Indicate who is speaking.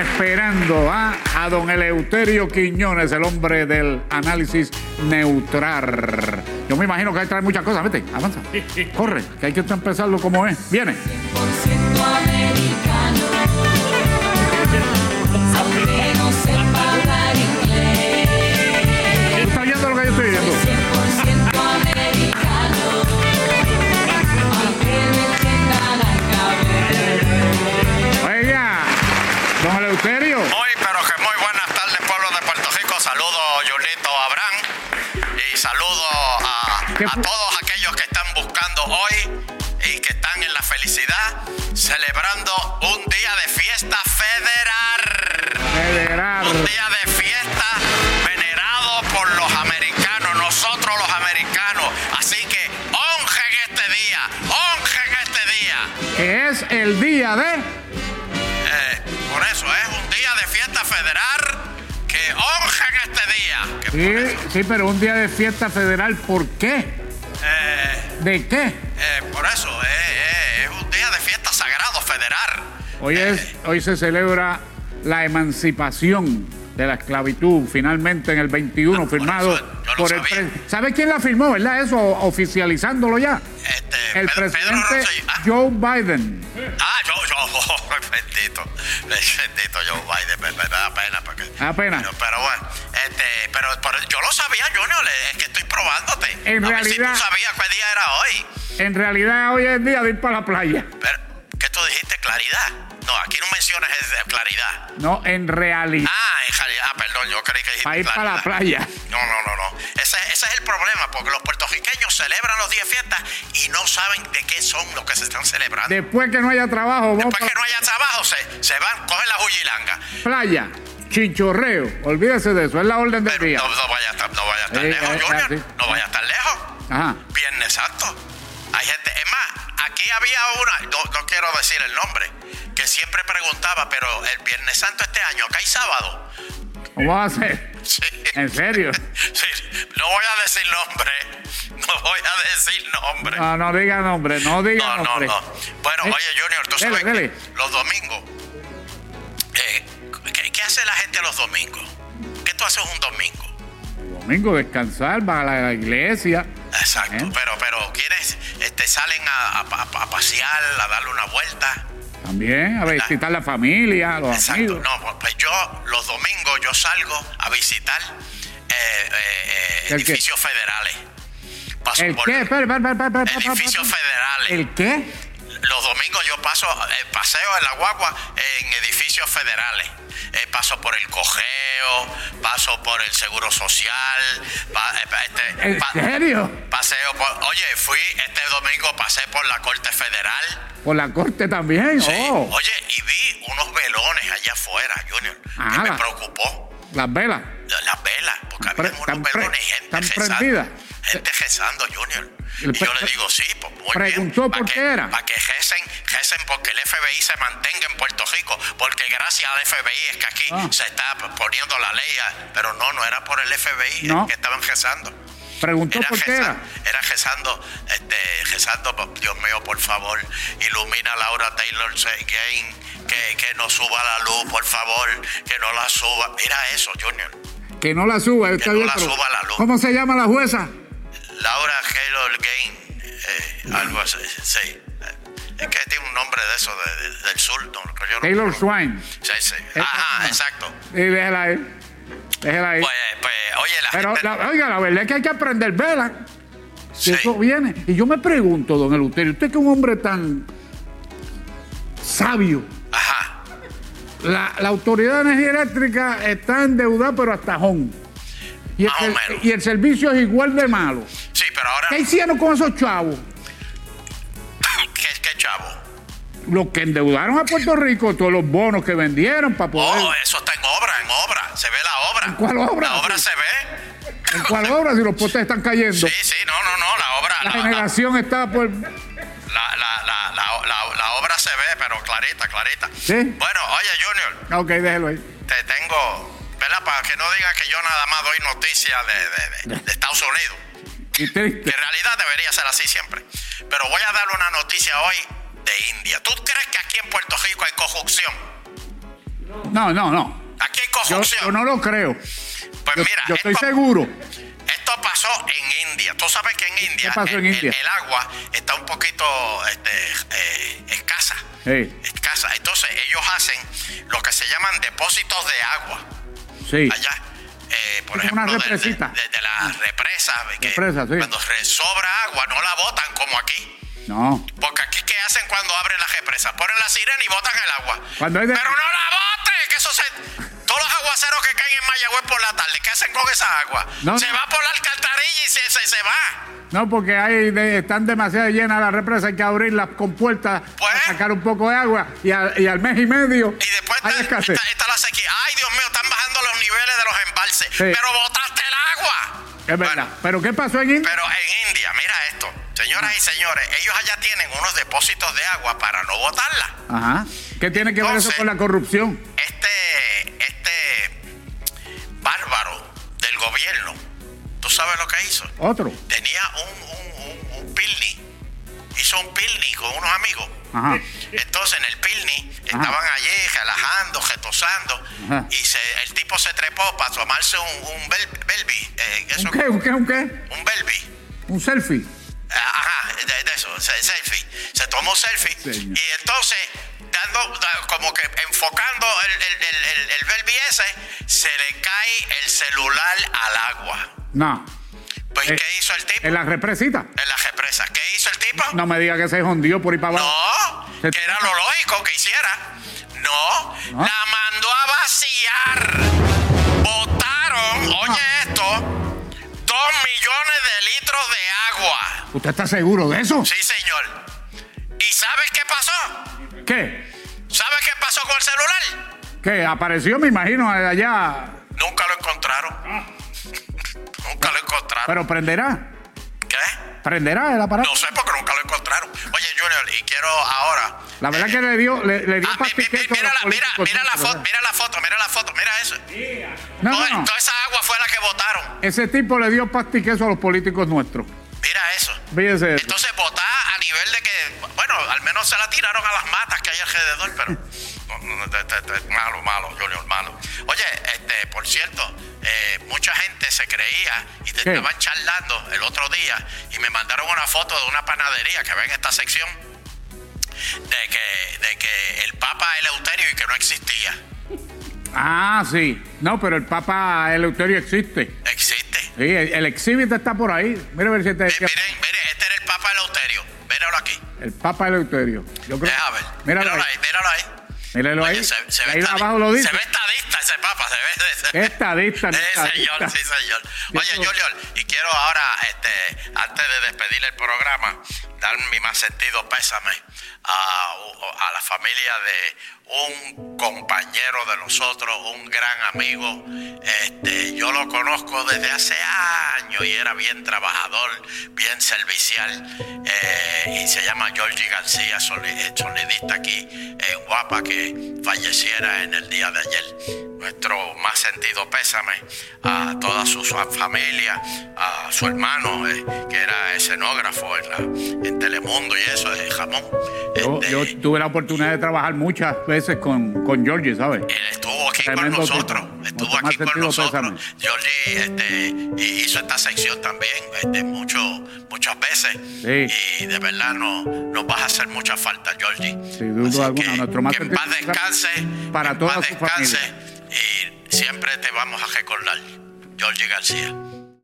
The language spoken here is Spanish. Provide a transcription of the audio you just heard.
Speaker 1: esperando ¿ah? a don Eleuterio Quiñones, el hombre del análisis neutral. Yo me imagino que hay traer muchas cosas. Vete, avanza. Corre, que hay que empezarlo como es. Viene. ¿Tú estás viendo lo que yo estoy viendo? Oiga, don Eleuterio.
Speaker 2: Hoy, pero que muy buenas tardes, pueblo de Puerto Rico. Saludo Junito Abrán y saludo a,
Speaker 1: ¿Qué
Speaker 2: a
Speaker 1: pu-
Speaker 2: todos aquellos que están buscando hoy y que están en la felicidad, celebrando un día de fiesta federal.
Speaker 1: Federal.
Speaker 2: Un día de fiesta venerado por los americanos, nosotros los americanos. Así que honren este día, honren este día.
Speaker 1: Que es el día de.
Speaker 2: Eh, por eso es un día de fiesta federal que honren este día. Que por
Speaker 1: Sí,
Speaker 2: eso,
Speaker 1: sí, pero un día de fiesta federal, ¿por qué?
Speaker 2: eh,
Speaker 1: ¿De qué?
Speaker 2: eh, por eso eh, eh, es un día de fiesta sagrado federal. Eh,
Speaker 1: Hoy, es, hoy se celebra la emancipación de la esclavitud, finalmente en el 21,
Speaker 2: Ah, por
Speaker 1: firmado
Speaker 2: eso, yo lo
Speaker 1: por el
Speaker 2: sabía.
Speaker 1: presidente. ¿Sabes quién la firmó, verdad? Eso, oficializándolo ya.
Speaker 2: Este,
Speaker 1: El
Speaker 2: Pedro- Pedro
Speaker 1: presidente
Speaker 2: Rosselló- ah,
Speaker 1: Joe Biden.
Speaker 2: Ah, yo, yo, bendito, bendito Joe Biden, me, me da pena. Porque,
Speaker 1: Da pena.
Speaker 2: Pero, pero bueno, este, pero, pero yo lo sabía, Junior, es que estoy probándote.
Speaker 1: En
Speaker 2: A ver
Speaker 1: realidad-
Speaker 2: si tú sabías qué día era hoy.
Speaker 1: En realidad, hoy es día de ir para la playa.
Speaker 2: Pero, ¿qué tú dijiste? Claridad. No, aquí no mencionas ese- claridad.
Speaker 1: No, en realidad,
Speaker 2: Ah, en realidad, ah, perdón, yo creí que dijiste
Speaker 1: para ir
Speaker 2: claridad.
Speaker 1: para la playa.
Speaker 2: No, no, no, no. Ese, ese es el problema, porque los puertorriqueños celebran los días de fiesta y no saben de qué son los que se están celebrando.
Speaker 1: Después que no haya trabajo, vamos
Speaker 2: Después que no haya trabajo, se, se van, cogen la huilanga.
Speaker 1: playa, chinchorreo. Olvídese de eso, es la orden del
Speaker 2: Pero
Speaker 1: día.
Speaker 2: no, no vaya a estar, no vaya a estar
Speaker 1: Eh,
Speaker 2: lejos,
Speaker 1: eh,
Speaker 2: Junior.
Speaker 1: así.
Speaker 2: No vaya a estar lejos.
Speaker 1: Ajá.
Speaker 2: Viernes Santo. Hay gente, es más, aquí había una, no, no quiero decir el nombre, que siempre preguntaba, pero el Viernes Santo este año, acá hay sábado.
Speaker 1: ¿Cómo va a ser?
Speaker 2: Sí.
Speaker 1: ¿En serio?
Speaker 2: Sí, no voy a decir nombre. No voy a decir nombre.
Speaker 1: No, no diga nombre, no Ah, diga
Speaker 2: No, no,
Speaker 1: nombre.
Speaker 2: no. Bueno,
Speaker 1: Eh,
Speaker 2: oye, Junior, tú
Speaker 1: dele,
Speaker 2: sabes que
Speaker 1: dele.
Speaker 2: los domingos. eh, ¿qué, qué hace la gente los domingos? ¿Qué tú haces un domingo?
Speaker 1: Domingo descansar, va a la iglesia.
Speaker 2: Exacto,
Speaker 1: ¿Eh?
Speaker 2: pero, pero ¿quiénes este, salen a, a- a- a pasear, a darle una vuelta?
Speaker 1: También a visitar la familia, los
Speaker 2: Exacto,
Speaker 1: amigos.
Speaker 2: no, pues yo los domingos yo salgo a visitar eh, eh, eh,
Speaker 1: ¿El qué?
Speaker 2: edificios federales. Paso
Speaker 1: ¿El
Speaker 2: por
Speaker 1: qué? Espera, espera, espera, espera, espera, espera,
Speaker 2: edificios
Speaker 1: espera.
Speaker 2: federales.
Speaker 1: ¿El qué?
Speaker 2: Los domingos yo paso, eh, paseo en la guagua en edificios federales. Eh, paso por el cogeo, paso por el seguro social. pa- eh, pa- este,
Speaker 1: ¿En
Speaker 2: pa-
Speaker 1: serio?
Speaker 2: paseo por. Oye, fui este domingo, pasé por la Corte Federal.
Speaker 1: ¿Por la corte también?
Speaker 2: Sí.
Speaker 1: Oh,
Speaker 2: Oye, y vi unos velones allá afuera, Junior, que
Speaker 1: Ajá.
Speaker 2: me preocupó.
Speaker 1: las velas.
Speaker 2: Las velas, porque
Speaker 1: Pre-
Speaker 2: había unos
Speaker 1: tan pre-
Speaker 2: velones y gente
Speaker 1: tan
Speaker 2: rezando.
Speaker 1: prendida.
Speaker 2: Gente rezando, Junior.
Speaker 1: El
Speaker 2: Y yo
Speaker 1: pre-
Speaker 2: le digo, sí, pues muy
Speaker 1: Preguntó
Speaker 2: bien.
Speaker 1: por qué era.
Speaker 2: Para que recen, recen porque el FBI se mantenga en Puerto Rico, porque gracias al FBI es que aquí
Speaker 1: Ah.
Speaker 2: se está poniendo la ley. ah, Pero no, no era por el FBI
Speaker 1: No.
Speaker 2: el que estaban rezando.
Speaker 1: Preguntó
Speaker 2: Era,
Speaker 1: por qué
Speaker 2: reza-
Speaker 1: era.
Speaker 2: era rezando, este, rezando, por- Dios mío, por favor, ilumina a Laura Taylor Game, que, que no suba la luz, por favor, que no la suba. Mira eso, Junior.
Speaker 1: Que no la suba. está
Speaker 2: no
Speaker 1: bien,
Speaker 2: la
Speaker 1: pero-
Speaker 2: suba la luz.
Speaker 1: ¿Cómo se llama la jueza?
Speaker 2: Laura Taylor Game, eh, algo así, sí. Eh, Es que tiene un nombre de eso, de- de- del sur, no, que yo no-
Speaker 1: Taylor Swain.
Speaker 2: Sí, sí. Ajá, exacto.
Speaker 1: Y déjela ahí. Déjela ahí.
Speaker 2: Pues, pues, oye, la
Speaker 1: Pero,
Speaker 2: gente-
Speaker 1: la- oiga, la verdad es que hay que aprender vela. Si
Speaker 2: Sí.
Speaker 1: eso viene. Y yo me pregunto, don Eleuterio, usted que es un hombre tan sabio,
Speaker 2: Ajá.
Speaker 1: la, la Autoridad de Energía Eléctrica está endeudada, pero hasta jón. Y el,
Speaker 2: Más o
Speaker 1: ser-
Speaker 2: menos. Ah.
Speaker 1: y el servicio es igual de malo.
Speaker 2: Sí, pero ahora,
Speaker 1: ¿Qué hicieron con esos chavos?
Speaker 2: ¿qué, qué chavo?
Speaker 1: Los que endeudaron a Puerto Rico, todos los bonos que vendieron para poder.
Speaker 2: Oh, eso está en obra, en obra. Se ve la obra.
Speaker 1: ¿En cuál obra?
Speaker 2: La obra se ve.
Speaker 1: ¿En cuál obra si los postes están cayendo?
Speaker 2: Sí, sí, no, no, no, la obra.
Speaker 1: La
Speaker 2: La, la,
Speaker 1: generación está por.
Speaker 2: la- la- la- la- la- la obra se ve, pero clarita, clarita.
Speaker 1: Sí.
Speaker 2: Bueno, oye, Junior,
Speaker 1: Ah, Ok, déjelo ahí.
Speaker 2: te tengo, ¿verdad? Para que no digas que yo nada más doy noticias de, de- de- de Estados Unidos,
Speaker 1: Y
Speaker 2: que
Speaker 1: triste.
Speaker 2: en realidad debería ser así siempre. Pero voy a dar una noticia hoy de India. ¿Tú crees que aquí en Puerto Rico hay corrupción?
Speaker 1: No, no, no.
Speaker 2: Aquí hay
Speaker 1: Yo,
Speaker 2: conjunción.
Speaker 1: yo no lo creo.
Speaker 2: Pues
Speaker 1: yo,
Speaker 2: mira,
Speaker 1: yo estoy
Speaker 2: esto-
Speaker 1: seguro.
Speaker 2: Esto pasó en India. Tú sabes que en India,
Speaker 1: pasó en
Speaker 2: el,
Speaker 1: India?
Speaker 2: el- el agua está un poquito este, eh, escasa.
Speaker 1: Sí,
Speaker 2: Escasa. Entonces ellos hacen lo que se llaman depósitos de agua
Speaker 1: sí.
Speaker 2: allá. Eh, por
Speaker 1: Es
Speaker 2: ejemplo,
Speaker 1: una
Speaker 2: de- de-
Speaker 1: represita.
Speaker 2: De, de las represas, que
Speaker 1: Represa, sí.
Speaker 2: cuando re- sobra agua no la botan como aquí.
Speaker 1: No.
Speaker 2: Porque aquí, ¿qué hacen cuando abren las represas? Ponen la sirena y botan el agua.
Speaker 1: Cuando hay de-
Speaker 2: Pero no la boten, que eso se... Todos los aguaceros que caen en Mayagüez por la tarde, ¿qué hacen con esa agua?
Speaker 1: No,
Speaker 2: se
Speaker 1: no.
Speaker 2: va por la alcantarilla y se, se, se va.
Speaker 1: No, porque ahí de- están demasiado llenas las represas, hay que abrir las compuertas
Speaker 2: Pues.
Speaker 1: para sacar un poco de agua y, al- y al mes y medio
Speaker 2: Y después
Speaker 1: hay
Speaker 2: está,
Speaker 1: escasez.
Speaker 2: está- está la sequía. Ay, Dios mío, están bajando los niveles de los embalses.
Speaker 1: Sí.
Speaker 2: Pero botaste el agua.
Speaker 1: Es verdad.
Speaker 2: Bueno,
Speaker 1: ¿Pero qué pasó en India?
Speaker 2: pero en India, mira esto. Señoras y señores, ellos allá tienen unos depósitos de agua para no botarla.
Speaker 1: Ajá. ¿Qué tiene que ver eso
Speaker 2: Entonces-
Speaker 1: con la corrupción?
Speaker 2: este, este bárbaro del gobierno, ¿tú sabes lo que hizo?
Speaker 1: Otro.
Speaker 2: Tenía un, un, un, un picnic. hizo un picnic con unos amigos.
Speaker 1: Ajá.
Speaker 2: Entonces en el picnic
Speaker 1: Ajá.
Speaker 2: estaban allí relajando, retosando,
Speaker 1: Ajá.
Speaker 2: y se- el tipo se trepó para tomarse un, un bel, belbi, eh, eso-
Speaker 1: ¿Un qué? ¿Un qué? ¿Un qué?
Speaker 2: un belbi.
Speaker 1: ¿Un selfie?
Speaker 2: Ajá, de, de eso, se- selfie. Se tomó selfie
Speaker 1: Señor.
Speaker 2: y entonces, dando, da- como que enfocando el, el, el, el, el Belbi ese, se le cae el celular al agua.
Speaker 1: No.
Speaker 2: Pues,
Speaker 1: Eh,
Speaker 2: ¿qué hizo el tipo?
Speaker 1: ¿En
Speaker 2: En,
Speaker 1: las represitas?
Speaker 2: las represas. ¿Qué hizo el tipo?
Speaker 1: No me diga que se hundió por ahí para abajo.
Speaker 2: No,
Speaker 1: Se-
Speaker 2: que era lo lógico que hiciera. No,
Speaker 1: No.
Speaker 2: la mandó a vaciar. Votaron, oye esto, dos millones de litros de agua.
Speaker 1: ¿Usted está seguro de eso?
Speaker 2: Sí, señor. ¿Y sabes qué pasó?
Speaker 1: ¿Qué?
Speaker 2: ¿Sabes qué pasó con el celular?
Speaker 1: ¿Qué? Apareció, me imagino, allá.
Speaker 2: Nunca lo encontraron. nunca lo encontraron.
Speaker 1: Pero prenderá.
Speaker 2: ¿Qué?
Speaker 1: Prenderá el aparato.
Speaker 2: No sé por qué nunca lo encontraron. Oye, Junior, y quiero ahora.
Speaker 1: La verdad
Speaker 2: eh,
Speaker 1: que le dio, le, le dio
Speaker 2: ah, mi- mi-
Speaker 1: pastiqueto
Speaker 2: mi-
Speaker 1: a
Speaker 2: mira,
Speaker 1: los
Speaker 2: la, mira,
Speaker 1: políticos
Speaker 2: mira la
Speaker 1: nuestros,
Speaker 2: foto,
Speaker 1: ¿verdad?
Speaker 2: mira la foto, mira la foto, mira eso.
Speaker 1: No,
Speaker 2: Toda-
Speaker 1: no, no.
Speaker 2: Toda esa agua fue la que votaron.
Speaker 1: Ese tipo le dio pastiqueso a los políticos nuestros.
Speaker 2: Mira eso.
Speaker 1: Fíjese. eso.
Speaker 2: Entonces votar a nivel de que, bueno, al menos se la tiraron a las matas que hay alrededor, pero no, no, no, este, este, malo, malo, Junior, malo. Oye, este, por cierto, eh, mucha gente se creía y te
Speaker 1: ¿Qué?
Speaker 2: estaban charlando el otro día y me mandaron una foto de una panadería que ve en esta sección de que, de que el Papa Eleuterio y que no existía.
Speaker 1: Ah, sí. No, pero el Papa Eleuterio existe.
Speaker 2: Existe.
Speaker 1: Sí, el, el exhibit está por ahí. Mire a ver si este-
Speaker 2: Eh, miren, miren, este era el Papa Eleuterio. Míralo aquí.
Speaker 1: el Papa Eleuterio. Yo creo.
Speaker 2: Deja ver.
Speaker 1: Míralo
Speaker 2: Míralo
Speaker 1: ahí.
Speaker 2: ahí, míralo ahí.
Speaker 1: Míralo
Speaker 2: Oye,
Speaker 1: ahí.
Speaker 2: se, se ve
Speaker 1: ahí
Speaker 2: estadi-
Speaker 1: abajo lo dice.
Speaker 2: Se ve estadista ese papa, se ve. se
Speaker 1: Qué
Speaker 2: ve-
Speaker 1: estadista, ni
Speaker 2: Sí,
Speaker 1: estadista.
Speaker 2: señor, sí, señor. Oye,
Speaker 1: Eso-
Speaker 2: Julio, y quiero ahora, este, antes de despedir el programa, dar mi más sentido pésame a, a la familia de un compañero de nosotros, un gran amigo. Este, yo lo conozco desde hace años y era bien trabajador, bien servicial. eh, y se llama Georgie García, soli- eh, sonidista aquí en Guapa, que falleciera en el día de ayer nuestro más sentido pésame a toda su, su familia, a su hermano, eh, que era escenógrafo en, la- en Telemundo y eso, de Jamón.
Speaker 1: Yo,
Speaker 2: Este,
Speaker 1: yo tuve la oportunidad de trabajar muchas veces con, con Georgie, ¿sabes?
Speaker 2: él estuvo aquí
Speaker 1: Tremendo
Speaker 2: con nosotros,
Speaker 1: tipo.
Speaker 2: estuvo
Speaker 1: Nuestro más
Speaker 2: aquí con
Speaker 1: sentido
Speaker 2: nosotros. Jordi este, y hizo esta sección también este, mucho, muchas veces.
Speaker 1: Sí.
Speaker 2: Y de verdad no, nos vas a hacer mucha falta, Jordi.
Speaker 1: Sin duda alguna,
Speaker 2: que,
Speaker 1: nuestro más
Speaker 2: que en
Speaker 1: sentido
Speaker 2: paz descanse.
Speaker 1: para
Speaker 2: que en
Speaker 1: toda
Speaker 2: paz
Speaker 1: su
Speaker 2: descanse, Y siempre te vamos a recordar, Jordi García.